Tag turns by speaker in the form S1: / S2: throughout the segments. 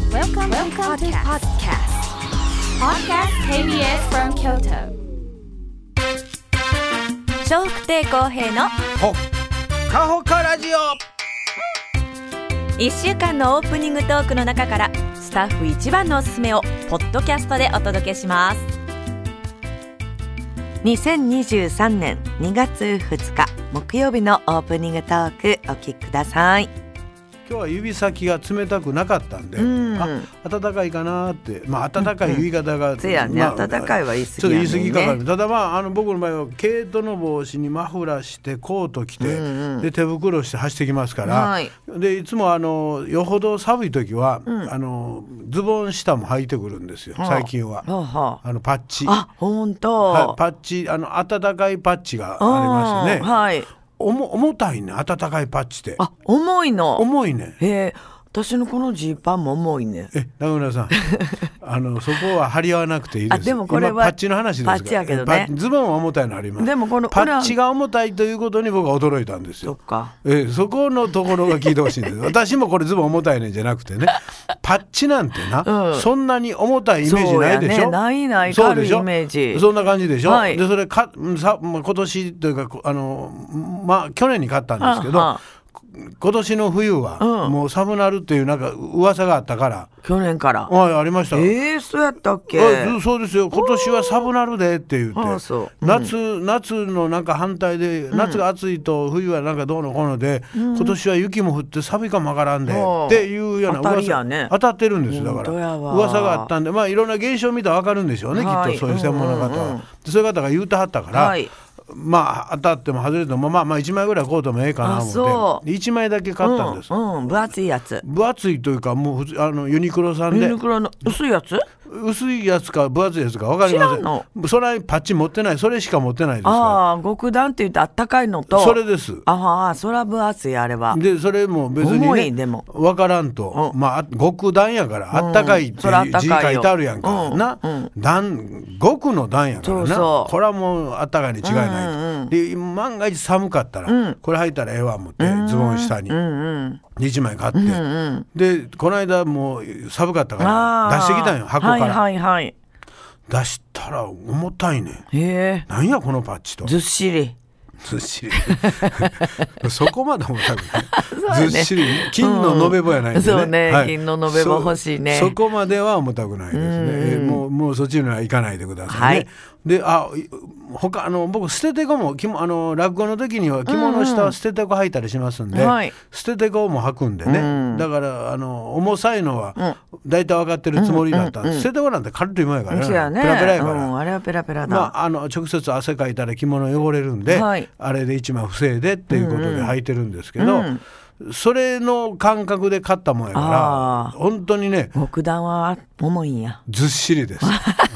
S1: Welcome, to podcast.
S2: Welcome to Podcast KBS from Kyoto.
S1: 笑福亭公平の
S3: ほっかほかラジオ
S1: 1週間のオープニングトークの中からスタッフ一番のおすすめをポッドキャストでお届けします
S4: 2023年2月2日木曜日のオープニングトークお聞きください。
S3: 今日は指先が冷たくなかったんで、
S4: うん
S3: あ暖かいかなってまあ暖かい言い方が、
S4: つやね、
S3: まあ
S4: 暖かいは言い過
S3: ちょっと
S4: ぎや
S3: 言
S4: ね
S3: い過ぎかかる、ただまああの僕の場合は毛糸の帽子にマフラーしてコート着て、
S4: うんうん
S3: で手袋して走ってきますから、
S4: はい
S3: でいつもあのよほど寒い時は、あのズボン下も履いてくるんですよ
S4: あ
S3: 最近は、
S4: ほうほう
S3: あのパッチ
S4: あ、本
S3: はい
S4: 当。
S3: パッチあの暖かいパッチがありまして
S4: うん
S3: ね、
S4: はい。
S3: おも重たいね暖かいパッチって
S4: あ、重いの。
S3: 重いね
S4: へえ、私のこのジーパンも重いね。
S3: え中 村さんあのそこは張り合わなくていいです
S4: あでもこれは
S3: 今パッチの話ですから
S4: パッチやけどね
S3: パッズボンは重たいのあります
S4: でもこの
S3: パ
S4: 裏
S3: ッチが重たいということに僕は驚いたんです
S4: そっ
S3: よ
S4: か。
S3: えそこのところが聞いてほしいんです 私もこれズボン重たいねんじゃなくてねパッチなんてな、
S4: うん
S3: そんなに重たいイメージないで
S4: そう
S3: し
S4: や
S3: ょ
S4: ねないない
S3: そうでしょ
S4: 軽いイメージ
S3: そんな感じでしょ、
S4: はい
S3: でそれかさ、まあ、今年というかこあのまあ去年に買ったんですけど、
S4: はあはあ
S3: 今年の冬は、
S4: うん
S3: もう寒なるっていうなんか噂があったから、
S4: 去年から。
S3: はい、ありました。
S4: ええ、そうやったっけ。
S3: あずそうですよ今年は寒なるでって言って
S4: ああそううん
S3: 夏夏のなんか反対で夏が暑いと冬はなんかどうのこうので、今年は雪も降って寒いかもわからんで、
S4: はあ
S3: っていうような
S4: 当た
S3: 噂
S4: りやね
S3: 当たってるんですよだか
S4: 本当
S3: ら
S4: やわ
S3: 噂があったんでまあいろんな現象見たらわかるんでしょうね、
S4: はい
S3: きっとそういう専門の方は、
S4: うんうんうん
S3: でそういう方が言うてはったから、
S4: はい
S3: まあ当たっても外れてもまあまあ1枚ぐらい買うてもええかな
S4: あそ
S3: 思っ
S4: う
S3: て1枚だけ買ったんです、
S4: うん、うん、分厚いやつ。
S3: 分厚いというかもう普通あのユニクロさん
S4: ユ
S3: で
S4: ニクロの薄いやつ。
S3: 薄いやつか分厚いやつか分かりま
S4: 知らんの
S3: せんそれはパッチン持ってないそれしか持ってないですか
S4: ああ、極暖って言ってあったかいのと。
S3: らそれです
S4: ああ、そら分厚いあれは。
S3: でそれも別に、
S4: 重
S3: ね、
S4: いでも
S3: 分からんと、
S4: う
S3: まあ極段やからあったかいって
S4: そらあっ
S3: いう
S4: た
S3: 字
S4: か
S3: 書
S4: いよ
S3: いてあるやんか、
S4: うん
S3: な、
S4: うん
S3: 段極の段やから
S4: そ
S3: な
S4: うそう
S3: これはもうあったかいに違いないと、
S4: うんうん
S3: で万が一寒かったら、これ履いたらええわ思ってズボン下に
S4: うん
S3: 1枚買って、
S4: うん。うんうん。
S3: でこの間もう寒かったから
S4: ああ
S3: 出してきたんよ箱から、
S4: はいはいはい。
S3: 出したら重たいね
S4: へえ。
S3: なんやこのパッチと
S4: ずっしり。
S3: ずっしり そこまでも 多分
S4: う
S3: ね
S4: ね
S3: ずっしり金の延べ棒やないんでね、
S4: うんそうね
S3: はい
S4: 金の延べ棒欲しいね
S3: そそこまでは重たくないですね、えーもうもうそっちには行かないでくださいね、
S4: はい
S3: であい他あの僕捨ててこもきもあの落語の時には着物下は捨ててこ履いたりしますんで、
S4: はい
S3: 捨ててこも履くんでね、だからあの重さいのは大体分かってるつもりだったんです、捨ててこなんて軽いというもんやから
S4: そうやね。
S3: ペラペラやから、
S4: うん、あれはペラペラだ。
S3: まあ、あの直接汗かいたら着物汚れるんで、
S4: はい
S3: あれで一枚防いでっていうことで履いてるんですけど、それの感覚で買ったもんや
S4: あ
S3: から本当にね
S4: 極暖は重いんや。
S3: ずっし りです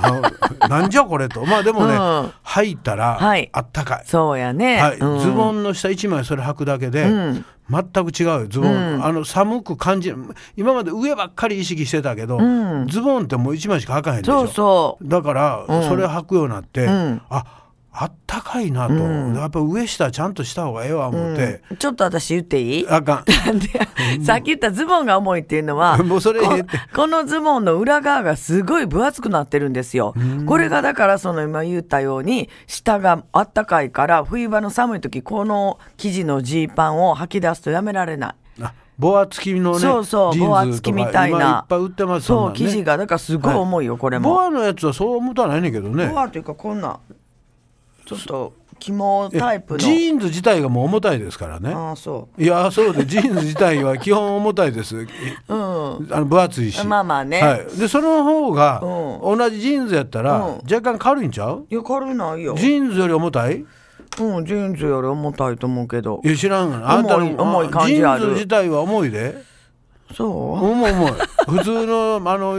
S3: あのなんじゃこれとまあでもね、
S4: うん
S3: 履いたら
S4: はい
S3: あったかい、
S4: そうやね。
S3: はい
S4: うん
S3: ズボンの下1枚それ履くだけで、全く違うよズボン、あの寒く感じ今まで上ばっかり意識してたけど、ズボンってもう1枚しか履かへんでしょ
S4: そうそう。
S3: だから、それ履くようになって、
S4: ん
S3: ああったかいなと、やっぱ上下ちゃんとした方がええわ思って、
S4: ちょっと私言っていい
S3: あかん
S4: でさっき言ったズボンが重いっていうのは
S3: もうそれ
S4: こ
S3: ええって
S4: このズボンの裏側がすごい分厚くなってるんですよ。これがだからその今言ったように下があったかいから冬場の寒い時この生地のジーパンを履き出すとやめられない。
S3: あボア付きのね
S4: そうそう
S3: ジーンズと
S4: ボア付き
S3: か
S4: みたい
S3: 今い
S4: な
S3: っぱい売ってます
S4: そう
S3: そ
S4: 生
S3: んなんね
S4: 地がだからすごい重いよ、これも
S3: ボアのやつはそう思たないねんけどね
S4: ボアというかこんなちょっと肝タイプの
S3: ジーンズ自体がもう重たいですからね、
S4: ああそ
S3: いやそうでジーンズ自体は基本重た いです、あの分厚いし
S4: まあまあね
S3: はい、でその方が、
S4: う
S3: 同じジーンズやった
S4: う
S3: ら、
S4: ん
S3: 若干軽いんちゃう
S4: ういや軽いないよ
S3: ジーンズより重たい
S4: うんジーンズより重たいと思うけど
S3: いや知らんがなあんたの
S4: 重い重い感じある
S3: ジーンズ自体は重いで
S4: そう
S3: 重い重 い普通のあの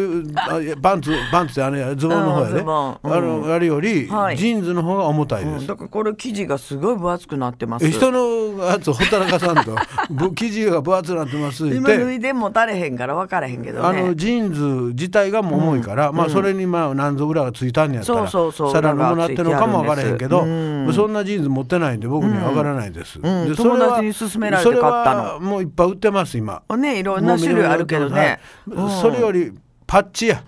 S3: あいやパンツパンツってあのやズボンの方や
S4: うん
S3: で、
S4: ズボンうん
S3: あのあれより、
S4: はい
S3: ジーンズの方が重たいで
S4: うん
S3: す、
S4: だからこれ生地がすごい分厚くなってます
S3: え人のやつほったらかさんとぶ 生地が分厚くなってますって
S4: 今脱いでもたれへんから分からへんけど
S3: あ
S4: ね
S3: のジーンズ自体がもう重いから、まあそれにまあ何ぞ裏がついたんやったら
S4: そうそうそう
S3: さらにもなってるのかもわからへんけど
S4: 裏がついてあるんですうん
S3: そんなジーンズ持ってないんで僕にはわからないです、
S4: ん
S3: で
S4: 友達に勧められて買ったの
S3: それはもういっぱい売ってます今
S4: ねいろんな
S3: 緑
S4: 種類あるけどね
S3: 緑
S4: うん
S3: それよりパッ チや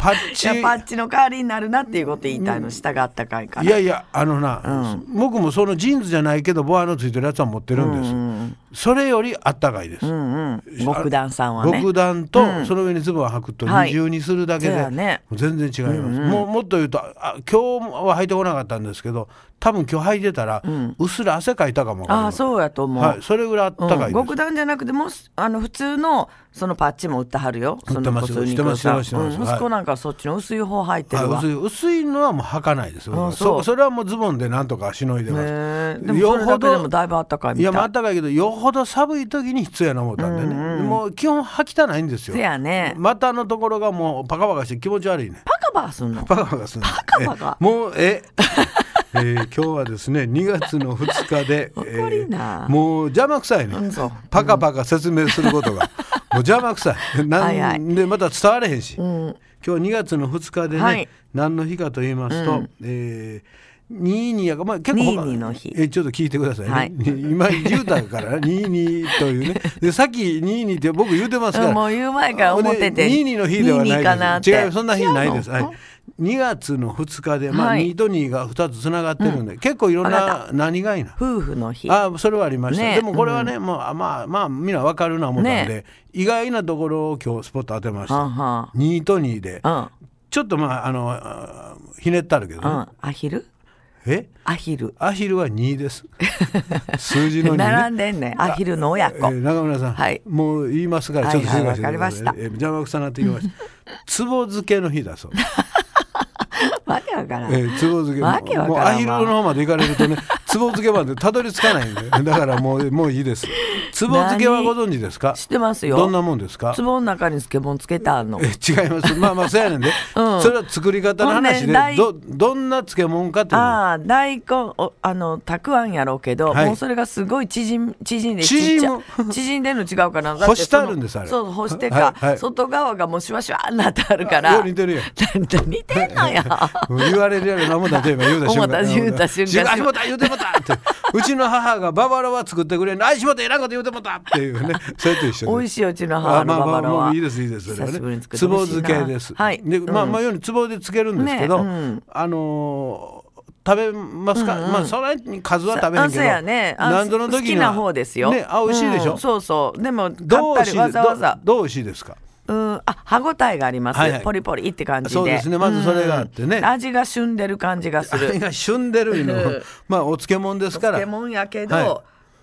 S3: パッ
S4: い
S3: チ
S4: やパッチの代わりになるなっていうこと言いたいの、下があったかいから
S3: いやいやあのな、僕もそのジーンズじゃないけどボアのついてるやつは持ってるんです、それよりあったかいです、
S4: うんうん極段さんはね
S3: 極段とその上にズボンを履くと
S4: はい
S3: 二重にするだけ
S4: そう
S3: で
S4: やね
S3: もう全然違います、もうもっと言うとあ今日は履いてこなかったんですけど多分今日履いてたらうっすら汗かいたかもわかり
S4: ああ
S3: ます
S4: そうやと思う、
S3: はい、それぐらいあったかいです、
S4: うん、極段じゃなくてもすあの普通のそのパッチも売ってはるよ
S3: 売ってます
S4: その小杉君さん
S3: 売ってます売ってます
S4: うん息子なんかそっちの薄い方入ってるわ、
S3: はい薄い薄いのはもう履かないです
S4: あそう
S3: そそれはもうズボンでなんとかしのいでます、
S4: へえでもそれだけでもだいぶあったかいみたい
S3: やまああったかいけどよほど寒い時に必要やな思ったんでね、もう基本履きたないんですよ
S4: せやね
S3: 股のところがもうパカパカして気持ち悪いね
S4: パカパカすんの
S3: パカパカするパ
S4: カパカ
S3: もうええー今日はですね2月の2日 で、え
S4: 怒りな
S3: ーもう邪魔くさいね、
S4: うんそう
S3: パカパカ説明するこ とがもう邪魔くさいなん
S4: はいはい
S3: でまた伝われへんし、今日2月の2日でね、
S4: はい
S3: 何の日かと言いますと、えー22やか、まあ、結構他
S4: 22の日
S3: えちょっと聞いてくださいね、
S4: はい
S3: 今言う たからね22というねでさっき22って僕言うてますか
S4: う
S3: ら
S4: んもう言う前から思ってて
S3: ほんで22の日ではないです
S4: 22かなって
S3: 違うそんな日ないです、
S4: 違う
S3: は
S4: の
S3: い、2月の2日で、まあ、
S4: はい
S3: 2と2が2つつながってるんで、結構いろ
S4: わ
S3: ん
S4: か
S3: な何がいいな
S4: 夫婦の日
S3: あそれはありました、
S4: ね
S3: でもこれはね、もうあまあまあみんな分かるな思ったんで、意外なところを今日スポット当てまし
S4: は
S3: た、
S4: んは
S3: 2と2
S4: ん
S3: で、
S4: うん
S3: ちょっとまああのあひねったるけど
S4: う
S3: ね、
S4: んアヒル
S3: え
S4: アヒル
S3: アヒルは2です 数字の2、ね、
S4: 並んでんねんアヒルの親
S3: え
S4: 子
S3: ー中村さん、
S4: はい
S3: もう言いますからちょっと静かにしてくださ
S4: は
S3: い、
S4: いはいわかりました
S3: えー邪魔くさなってき ましたつぼ漬けの日だそう
S4: わけわからん、
S3: えー、つぼ漬けも
S4: わけわ
S3: もう
S4: からんわ
S3: アヒルの方まで行かれ るとねつぼ漬けまでたどり着かないんでだからもうもういいですつぼ漬けはご存知ですか
S4: 知ってますよ
S3: どんなもんですか
S4: 壺の中にスケボンつけたの
S3: え違いますま あまあそうやねんで、
S4: うん
S3: それは作り方の話
S4: ほんで
S3: で
S4: 大
S3: どどんな漬物かっていうの
S4: ああ大根おあのたくあんやろうけど、
S3: はい
S4: もうそれがすごい縮ん縮んで
S3: 縮む
S4: ちっちゃ縮んでるの違うかな
S3: 干してあるんですあれ
S4: そう干してか、
S3: はいはい
S4: 外側がもうシュワシュワになってあるから
S3: よう似てるや ん
S4: 似てんの や
S3: もう言われるやろなもんだと言えば言うた瞬
S4: 思った
S3: 間
S4: 言うた瞬間
S3: あしもた言うてもたってうちの母がババロは作ってくれんのあしもたえらいこと言うてもたっていうねそれと一緒です
S4: 美味しいうちの母
S3: あま
S4: の
S3: あ
S4: バ
S3: ま
S4: バ
S3: あ
S4: ロ
S3: ま
S4: は、
S3: あいいですいいですそれは
S4: 久しぶり
S3: ね
S4: に作って
S3: つぼ
S4: ほしいな
S3: 漬けです
S4: はい
S3: でまあ
S4: うん
S3: まあようにつぼで漬けるんですけど、
S4: ねうん
S3: あのー食べますか、まあそれに数は食べへん
S4: あ
S3: け
S4: そ
S3: ど
S4: うやねあ
S3: 何度の時には
S4: 好きな方ですよ
S3: ねあ美味しいでしょ、
S4: うんそうそうでも買
S3: どう
S4: っ
S3: 美味
S4: た
S3: し
S4: り
S3: い
S4: わざわざ
S3: どどう美味しいですか
S4: うん、あ歯ごたえがあります、
S3: はいはい
S4: ポリポリって感じで
S3: そうですねまずそれがあってね
S4: うん味が旬でる感じがす
S3: あれ
S4: る
S3: が旬でるいうのも
S4: うん
S3: まあお漬物ですから
S4: 漬物やけど、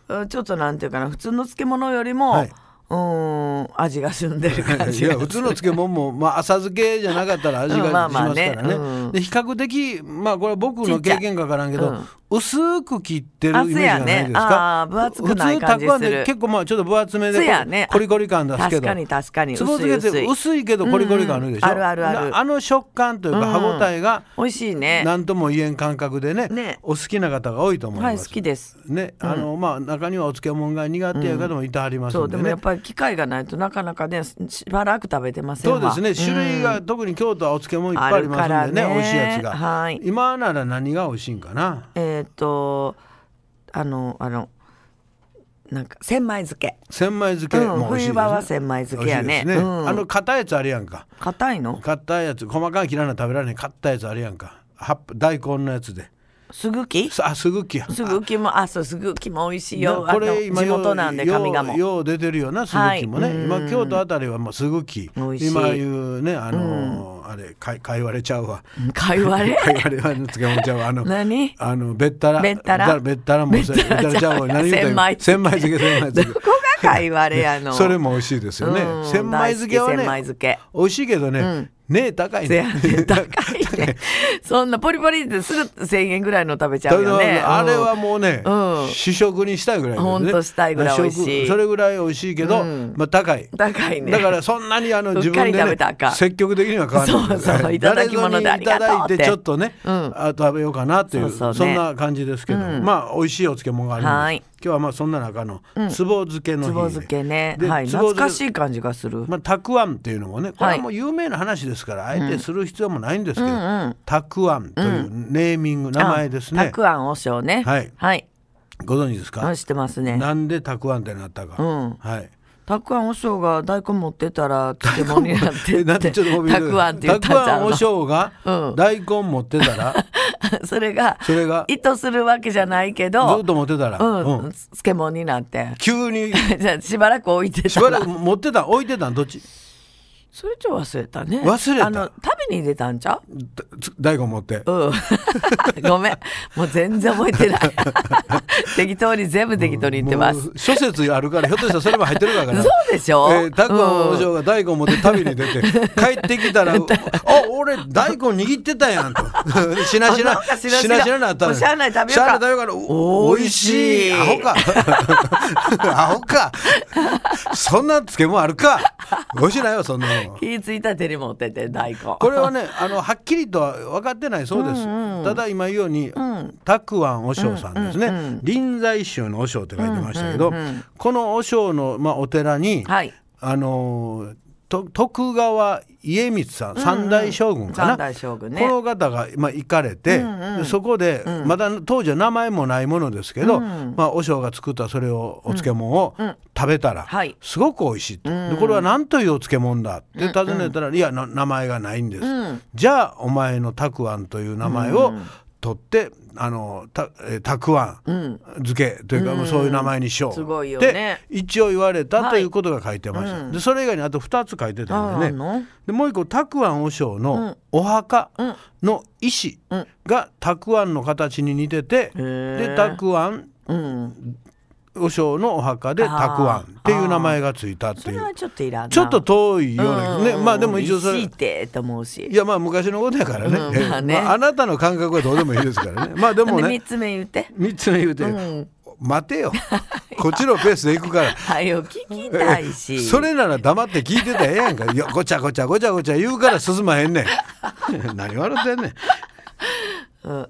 S3: は
S4: うんちょっとなんていうかな普通の漬物よりも、
S3: はいう
S4: ーん味が旬でる 感
S3: い
S4: じが
S3: や普通の漬物も、まあ、浅漬けじゃなかったら味が
S4: う
S3: し
S4: んまあ
S3: ま
S4: まあ
S3: す
S4: ね
S3: からね,、
S4: うん
S3: で比較的まあこれは僕
S4: ちっ
S3: の
S4: ちゃい
S3: 経験かわからんけど、
S4: うん
S3: 薄く切ってるイメ
S4: あそう
S3: ージじ
S4: や
S3: ゃ
S4: ね
S3: ないです
S4: あー
S3: か
S4: 分厚くない
S3: 普通た
S4: 感じ
S3: くあんっ
S4: する
S3: て結構まあちょっと分厚めで
S4: そうやね
S3: コリコリ感出すけ
S4: 確
S3: ど
S4: かに確かに
S3: つぼ
S4: 薄い
S3: 漬け
S4: 薄
S3: って
S4: い
S3: 薄いけどコリコリ感あるでしょ、
S4: うんうんあるあるある
S3: なあの食感というか
S4: うん
S3: 歯ごたえが
S4: 美味しいね
S3: 何とも言えん感覚でね,、
S4: ね
S3: お好きな方が多いと思いま
S4: は
S3: す、
S4: い好きです
S3: ねあのまあ、中にはお漬物が苦手や方もいてはります
S4: そうんで
S3: でね、
S4: もやっぱり機会がないとなかなかねししばらく食べてません
S3: そ
S4: わ
S3: うですね種類が、特に京都はお漬物いっぱいありますん
S4: ある
S3: で
S4: か
S3: ね
S4: らね
S3: 美味しいやつが、
S4: はい
S3: 今なら何が美味しいんかな
S4: えっ、とあのあのなんか千枚漬け
S3: 千枚漬け
S4: うん
S3: も美味し
S4: 冬
S3: いです、ね
S4: 場は千枚漬けやね
S3: 美味しいです
S4: うん
S3: あの硬いやつあるやんか
S4: 硬いの
S3: 硬いやつ細かい切らな食べられない硬いやつあるやんか葉っぱ大根のやつです
S4: ぐき
S3: あすぐきや
S4: すぐきもあそうすぐきも美味しい
S3: な
S4: よあの地
S3: よう
S4: 元なんで
S3: よう
S4: 上賀も
S3: よう出てるよなすぐきもね、
S4: はいうん
S3: 今京都あたりはもうすぐき
S4: 美味しい
S3: 今いうねあのーあれかいかいわれちゃうわ
S4: かい われ
S3: かいわれは漬物ちゃうわあの
S4: 何
S3: あのべったら
S4: べったら
S3: だべったらもうそれ
S4: べ
S3: べ
S4: っ
S3: ったた
S4: ら
S3: らちゃうわ何言うたら
S4: 千枚漬け
S3: 千枚漬け千
S4: ど
S3: 枚漬
S4: こ
S3: け
S4: がかいわれやの
S3: それも美味しいですよね
S4: うん
S3: 千枚漬けは
S4: 大好き千枚
S3: ね
S4: 漬け
S3: 美味しいけどねねえ高い
S4: せや
S3: ね
S4: ね高いねそんなポリポリってすぐ1000円ぐらいの食べち ゃうよね
S3: あれはもうね、
S4: うん
S3: 主食にしたいぐらいですね
S4: ほんとしたいぐらい美味しい
S3: 主食それぐらい美味しいけど、
S4: うん
S3: まあ高い
S4: 高いね
S3: だからそんなにあの
S4: うっかり
S3: 自分で、
S4: 食べ
S3: ね
S4: たらあかん、
S3: 積極的には買わない
S4: そうそういただき物でありがとうって
S3: 誰ぞにいただいてちょっとね、
S4: うん
S3: あ食べようかなっていう
S4: そ
S3: そう
S4: そうね
S3: んな感じですけど、
S4: うん
S3: まあ美味しいお漬物があるんです
S4: はい
S3: 今日はまあそんな中のつぼ漬けの日
S4: つ
S3: で
S4: ぼ漬けね
S3: で
S4: はい
S3: つぼ
S4: 懐
S3: 漬
S4: かし
S3: け
S4: い感じがする
S3: まあ、たくあんっていうのもねこれはもう有名な話ですから、あえてする必要もないんですけど、たくあんというネーミング、名前です
S4: あた
S3: ね
S4: くあんおしょうね
S3: はい
S4: はい
S3: ご存知ですか、
S4: うん知ってますね
S3: なんでたくあんってなったか、
S4: うん
S3: はい
S4: たくあんおしょうが大根持ってたらとてもにな って
S3: なんでちょっとごめん
S4: たくあんって言ったんち
S3: たくあ
S4: ゃ
S3: ん
S4: う
S3: お
S4: の
S3: 正が
S4: うん
S3: 大根持ってたら
S4: それが
S3: それが
S4: 意図するわけじゃないけど
S3: ずっと持ってたら、
S4: うん、
S3: うん
S4: 漬物になって
S3: 急に
S4: じゃあしばらく置いて
S3: したばらく
S4: ら
S3: 持ってたん置いてたんどっち
S4: それじゃ忘れたね
S3: 忘れた
S4: あの食べに出たんちゃ
S3: だ大根持って
S4: う、うん、 ごめんもう全然覚えてない 適当に全部適当に言ってます、
S3: もう諸説あるからひょっとしたらそれも入ってるから な
S4: そうでしょ
S3: えー、たくあんお
S4: うん
S3: 嬢が大根持って旅 に出て帰ってきたら「あ俺大根握ってたや ん」としなし
S4: あな
S3: なん
S4: かしなし
S3: し
S4: な
S3: なしななった
S4: もうしゃあない食べようか
S3: しゃあない食べようからお
S4: お
S3: い
S4: い
S3: し
S4: し
S3: い
S4: い
S3: アホ かアホかそんな漬物あるかおいしないよそんなの
S4: 気ぃついたら手に持ってて大根
S3: これはねあのはっきりとは分かってないそうです、ただ今言うように、たくあん和尚さんですね、臨済宗の和尚って書いてましたけど、この和尚の、まあ、お寺に、
S4: はい
S3: あのーと徳川家光さん、三代将軍かな
S4: 三大将軍ね
S3: この方が、まあ、行かれて、そこで、まだ当時は名前もないものですけど、まあ、和尚が作ったそれをお漬物を食べたら、
S4: はい
S3: すごく美味しいと、でこれは何というお漬物だって尋ねたら、いやな名前がないんです、じゃあお前のたくあんという名前を取って、あのたえーたくあん漬けというか、そういう名前にしよう
S4: すごいよ
S3: で
S4: ね
S3: 一応言われた
S4: はい
S3: ということが書いてました、でそれ以外にあと2つ書いてたん
S4: ああ
S3: で
S4: ん
S3: ね
S4: の
S3: でもう一個たくあん和尚のお墓の石がたくあんの形に似てて、
S4: ー
S3: でたくあん
S4: うん
S3: 和尚のお墓でたくあんっていう名前がついたっ
S4: そ
S3: てい
S4: れ
S3: う
S4: はちょっといらんな
S3: ちょっと遠いような、ねまあでも一応そ
S4: それ
S3: れ
S4: いてと思うし
S3: いやまあ昔のことやからね,え
S4: うん
S3: ー、
S4: まあね
S3: まあ、あなたの感覚はどうでもいいですからねまあで
S4: なん
S3: も
S4: で
S3: ね
S4: 三つ目言って
S3: 3つ目言うて、待てよこっちのペースで行くから
S4: はよ聞きたいし
S3: それなら黙って聞いてたらええやんかよごちゃごちゃごちゃごちゃ言うから進まへんねん何笑ってん ねん、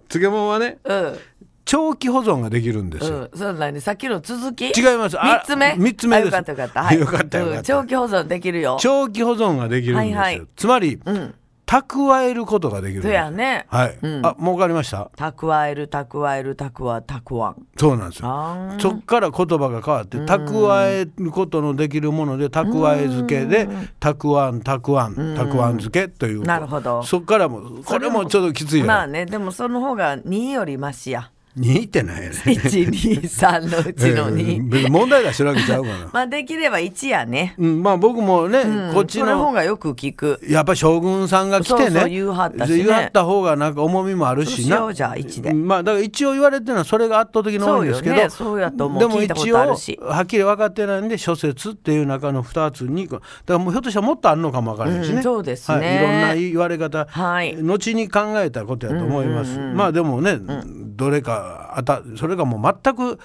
S3: 漬物はね
S4: うんうん
S3: 長期保存ができるんですよ、
S4: そうなんでさっきの続き
S3: 違います
S4: 三
S3: あ
S4: つ目
S3: 三つ目です
S4: あよかったよかったはい
S3: よかったよかった
S4: 長期保存できるよ
S3: 長期保存ができるんですよ、
S4: はいはい
S3: つまり、
S4: ん
S3: 蓄えることができるんで
S4: そ
S3: す
S4: やね
S3: はい、
S4: うん
S3: あもうかりました
S4: 蓄える蓄える蓄え蓄あん
S3: そうなんですよ
S4: あ
S3: そっから言葉が変わって蓄えることのできるもので蓄え漬けで蓄あん蓄あん蓄あん漬けという
S4: なるほど
S3: そっからもこれもちょっときつ
S4: ー
S3: いよ、
S4: まあねでもその方が2よりマシや
S3: 似てないよね
S4: 123のうちの
S3: えー
S4: 2、
S3: 別に問題出してるわけちゃうから
S4: まあできれば1やね
S3: うん、まあ僕もね、こっち
S4: それの方
S3: の
S4: がよく聞く
S3: やっぱ将軍さんが来てね
S4: そうそう言うはったしね
S3: 言うはった方がなんか重みもあるしな
S4: そうしようじゃあ一で
S3: まあだから一応言われてるのはそれが圧倒的に多いんですけ
S4: そ
S3: ど
S4: うよねそうやと思う
S3: でも
S4: 聞いたこ
S3: 一
S4: とあ
S3: 応
S4: るし
S3: はっきり分かってないんで諸説っていう中の2つにだからもうひょっとしたらもっとあるのかも分からないしね、
S4: うんそうですね
S3: はい、いろんな言われ方、
S4: はい
S3: 後に考えたことやと思います、まあでもね、どれかあたそれがもう全く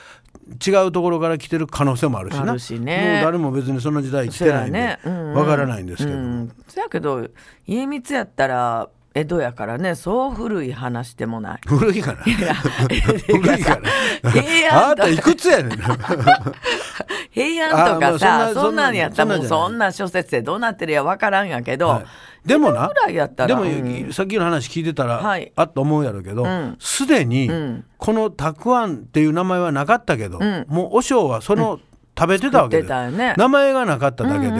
S3: 違うところから来てる可能性もあるしな
S4: あるしね
S3: もう誰も別にその時代生きてないんで、
S4: そうやねうんうん
S3: 分からないんですけど、
S4: うんそやけど家光やったら江戸やからねそう古い話でもない。
S3: 古いから古いから
S4: 平
S3: あ
S4: 安
S3: な
S4: と
S3: たいくつやねん
S4: 平安とかさ、
S3: あまあそんな
S4: そんなんやったらもう
S3: そ
S4: そ
S3: ん
S4: んな諸説でどうなってるやわからんやけど、
S3: はいでもな
S4: 江戸ぐらいやったら
S3: でも、
S4: うん
S3: さっきの話聞いてたら、
S4: はい
S3: あっと思うやろうけど
S4: ん
S3: すで、にこのたくあんっていう名前はなかったけど、もう和尚はその、食べてたわけ
S4: 作って
S3: で
S4: たよね
S3: 名前がなかっただけで、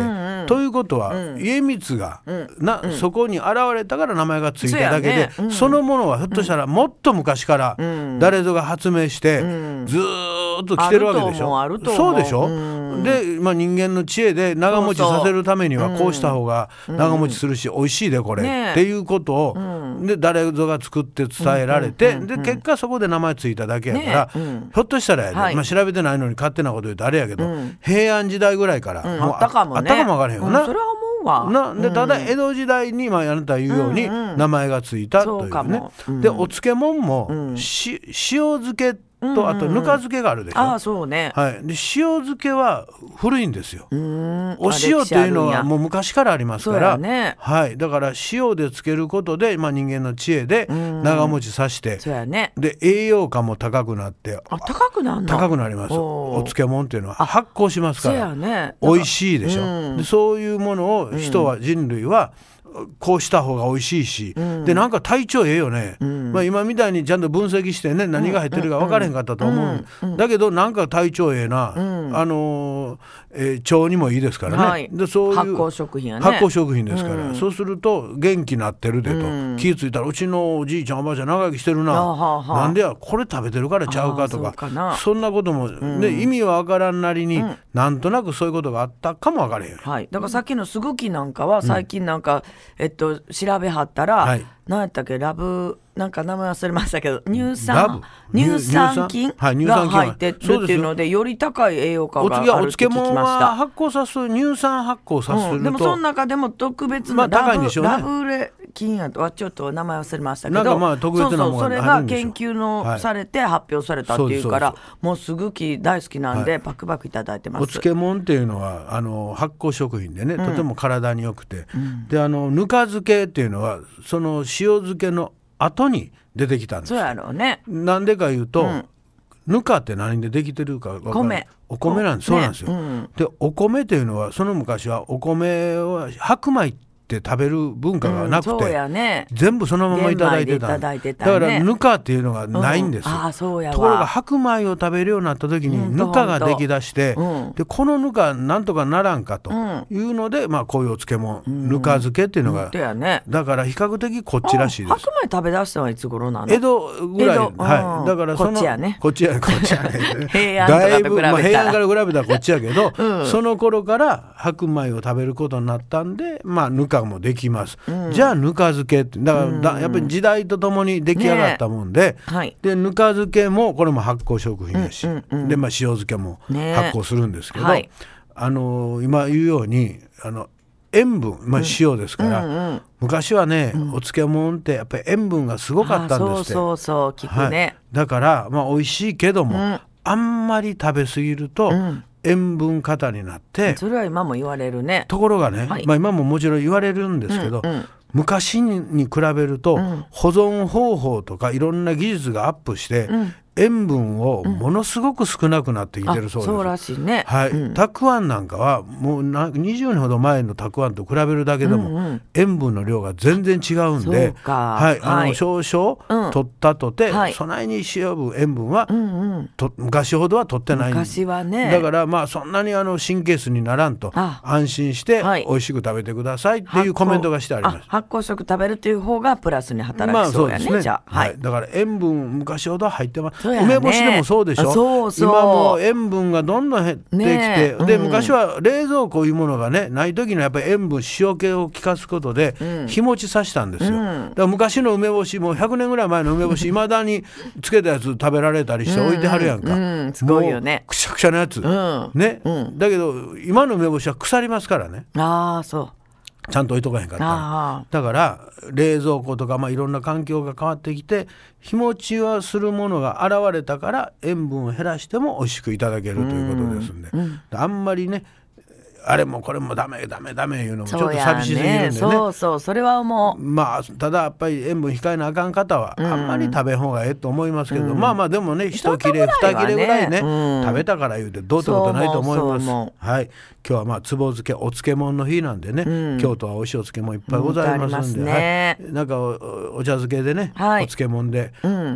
S3: ということは、家光が、なそこに現れたから名前がついただけ
S4: そうや
S3: で
S4: ね
S3: そ,、のものはひょっとしたらもっと昔から誰ぞが発明して、ずーっと来てるわけでしょ
S4: あると思
S3: そう
S4: あ
S3: で
S4: ると思う
S3: しょ、で、まあ、人間の知恵で長持ちさせるためにはこうした方が長持ちするし美味しいでこれ、
S4: ねえ
S3: っていうことを、で誰ぞが作って伝えられて、で結果そこで名前ついただけやから、
S4: ねえう
S3: ひょっとしたらやで、
S4: はい
S3: まあ、調べてないのに勝手なこと言うとあれやけど、平安時代ぐらいから、
S4: うん
S3: もう
S4: あったかもね。
S3: あったかも分からへんよ
S4: う
S3: な。
S4: それは思うわ。
S3: なでただ江戸時代に、まあ、あなた言うように名前がついたとい
S4: そうう
S3: ね、
S4: かもうん
S3: でお漬物もし、塩漬けとあとぬか漬けがあるでしょ、
S4: ああ、そうね。
S3: はい、で塩漬けは古いんですよ。お
S4: お
S3: 塩っていうのはもう昔からありますか
S4: そう
S3: ら、
S4: やね
S3: はい、だから塩で漬けることで、まあ、人間の知恵で長持ちさせて
S4: そうやね。
S3: で栄養価も高くなって
S4: あ、高くなんの
S3: 高くなります
S4: お
S3: お
S4: ー
S3: 漬物っていうのは発酵しますか
S4: そう
S3: ら
S4: やね。
S3: 美味しいでしょ、
S4: うん
S3: でそういうものを人は、人類はこうした方が美味しいし、でなんか体調ええよね、まあ、今みたいにちゃんと分析してね何が入ってるか分からへんかったと思う、だけどなんか体調ええな、あのの、えー腸にもいいですからね、
S4: はい
S3: でそういう
S4: 発酵食品やね
S3: 発酵食品ですから、そうすると元気なってるでと、気ぃ付いたらうちのおじいちゃんおばあちゃん長生きしてるな
S4: あはあはあ
S3: なんでやこれ食べてるからちゃうかと
S4: あ
S3: か
S4: ーそうかな
S3: そんなことも、ね意味は分からんなりに、なんとなくそういうことがあったかも分からへん。
S4: はい、だからさっきのすぐきなんかは最近なんか、えっと調べはったら、
S3: はい
S4: 何やったっけラブなんか名前忘れましたけど乳
S3: ラ
S4: 酸
S3: ブ
S4: 乳酸菌
S3: 乳酸はい乳
S4: が
S3: 酸菌
S4: 入ってるって
S3: そうです
S4: いうのでより高い栄養価
S3: お
S4: が
S3: つ
S4: あ
S3: いやお
S4: るって
S3: 漬
S4: 聞きま
S3: 物
S4: し
S3: は
S4: た。
S3: 発酵させる乳酸発酵させ
S4: うん、
S3: ると、
S4: でもその中でも特別な
S3: まあ
S4: ラ
S3: 高い
S4: ブ,、
S3: んでしょうね
S4: ラブレ菌やとはちょっと名前忘れましたけど
S3: なんかまあ特別なも
S4: そうそ
S3: のが
S4: うそれ
S3: ある
S4: が
S3: んでしょ
S4: 研
S3: う
S4: 究の
S3: はい
S4: されて発表されたっていうから、もうすぐき大好きなんで、
S3: は
S4: パクパクいただいてます。
S3: お漬物っていうのはあの発酵食品でねとても体に良くて、であのぬか漬けっていうのはその塩漬けの後に出てきたんです
S4: そうやろうね。
S3: なんでかいうと、ぬかって何でできてるかわかる
S4: 米
S3: お米なんです、
S4: ね
S3: そうなんですよ、でお米っていうのはその昔はお米は白米って食べる文化がなくて、
S4: うんそうやね
S3: 全部そのままいただいてた
S4: 玄米でいただいてたね
S3: だからぬかっていうのがないんですよ、
S4: うんああそうやわ
S3: ところが白米を食べるようになった時
S4: う
S3: に
S4: ん
S3: ぬかができだして、
S4: ほんとうん
S3: でこのぬかなんとかならんかと
S4: ん
S3: いうので、まあこういうお漬物、ぬか漬けっていうのが、
S4: 本当やね
S3: だから比較的こっちらしいです
S4: あ白米食べ出したのはいつ頃なの
S3: 江戸ぐらい、
S4: 江戸うん
S3: はい、だからその
S4: こっちやね
S3: こっちや ねこっちやね
S4: 平安とかと比べたら
S3: だいぶ、まあ、平安から比べたらこっちやけど、その頃から白米を食べることになったんでまあぬかもできます、じゃあぬか漬けってだからだ、やっぱり時代とともに出来上がったもんで、
S4: はい
S3: でぬか漬けもこれも発酵食品やし、
S4: うんうんうん
S3: でまあ塩漬けも
S4: ね
S3: 発酵するんですけど、
S4: はい
S3: あのー今言うようにあの塩分、まあ、塩ですから、昔はね、お漬物ってやっぱり塩分がすごかったんです
S4: あ
S3: って。
S4: そうそうそう聞く
S3: は
S4: ね
S3: い、、だから、まあ、美味しいけども、あんまり食べ過ぎると、塩分過多になって、
S4: それは今も言われるね
S3: ところがね、
S4: はい
S3: まあ、今ももちろん言われるんですけど、昔に比べると、保存方法とかいろんな技術がアップして、塩分をものすごく少なくなってきてるそうです。
S4: そうらしいね、
S3: はい、たくあんなんかはもうな20年ほど前のたくあんと比べるだけでも、塩分の量が全然違うん
S4: そう
S3: で、
S4: か
S3: はい、あの、
S4: はい
S3: 少
S4: うん
S3: 々取ったとて、
S4: はい
S3: 備えに塩分塩分は、と昔ほどは取ってないん
S4: 昔はね
S3: だからまあそんなにあの神経質にならんと
S4: あ
S3: 安心して
S4: はい
S3: 美味しく食べてくださいって
S4: 発酵
S3: いうコメントがしてありました。
S4: 発酵食食べるという方がプラスに働きそうやね,、じゃあ
S3: は
S4: はいい、
S3: だから塩分昔ほどは入ってます、
S4: そうやね
S3: 梅干しでもそうでし
S4: あ
S3: ょ
S4: そうそう
S3: 今もう塩分がどんどん減ってきて、
S4: ねえ
S3: で、
S4: うん
S3: 昔は冷蔵庫いうものがねない時のやっぱり塩分塩気を効かすことで日持ちさせたんですよ、だから昔の梅干しもう100年ぐらい前の梅干しいまだにつけたやつ食べられたりして置いてはるやんか、
S4: うんすごいよね
S3: もうくしゃくしゃのやつ、ね、だけど今の梅干しは腐りますからね
S4: ああそう
S3: ちゃんと置いとかへんかった
S4: あ
S3: らだから冷蔵庫とか、まあ、いろんな環境が変わってきて日持ちはするものが現れたから塩分を減らしても美味しくいただけるということですんで、あんまりねあれもこれもダメダメダメいうのもちょっ
S4: そ
S3: と
S4: うや
S3: 寂しすぎるんで
S4: ね
S3: ね
S4: そうそうそれはもう
S3: まあただやっぱり塩分控えなあかん方はあんまり食べん方がええと思いますけど、まあまあでもね一切れ
S4: 一玉ぐ
S3: 二切れぐ
S4: らい
S3: ら
S4: はいね
S3: ね、
S4: うん
S3: 食べたから言うてどうってことないと思い
S4: そう思う
S3: ま
S4: そう思
S3: すはい今日はまあつぼ漬けお漬物の日なんでね、京都は美味しいお漬物いっぱいございますんで、
S4: うんありますね
S3: はい、なんかおお茶漬けでね、
S4: はい
S3: お漬物で、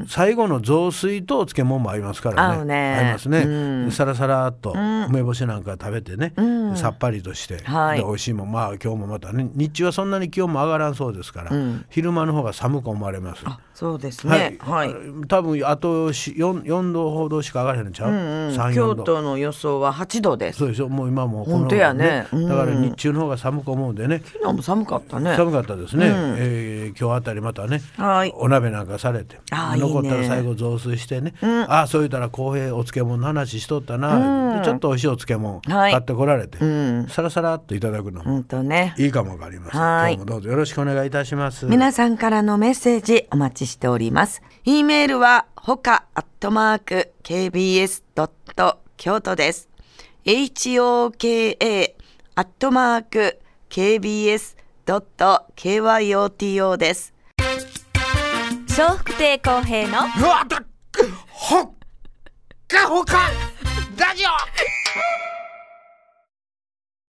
S3: 最後の雑炊とお漬物もありますから
S4: 合う
S3: ね
S4: ね
S3: ありますね、サラサラっと梅干しなんか食べてね、さっぱりとして、
S4: はい
S3: で美味しいもんまあ今日もまたね日中はそんなに気温も上がらんそうですから、昼間の方が寒く思われます。
S4: そうですねはい、
S3: 多分あとし 4, 4度ほどしか上がらへんのちゃう、3 4
S4: 京
S3: 度
S4: 都の予想は8度です
S3: そうでしょもう今もうこの
S4: 本当やねうん
S3: だから日中の方が寒く思うんでね、
S4: 昨日も寒かったね
S3: 寒かったですね、えー今日あたりまたね
S4: はい
S3: お鍋なんかされて
S4: あーいいね
S3: 残ったら最後雑炊してね、ああそう言ったら浩平お漬物の話しとったな、でちょっとおいしいお漬物
S4: はい
S3: 買ってこられて、さらさらっといただくの
S4: う
S3: も
S4: んとね
S3: いいかもわかりません、
S4: はい
S3: 今日もどうぞよろしくお願いいたします
S4: 皆さんからのメッセージお待ちしております。e メールはほかアットマーク kbs ドット京都です。h o k a アットマーク kbs ドット k y o t o です。
S1: 笑福亭公平の
S5: うわだっほっかほかラジオ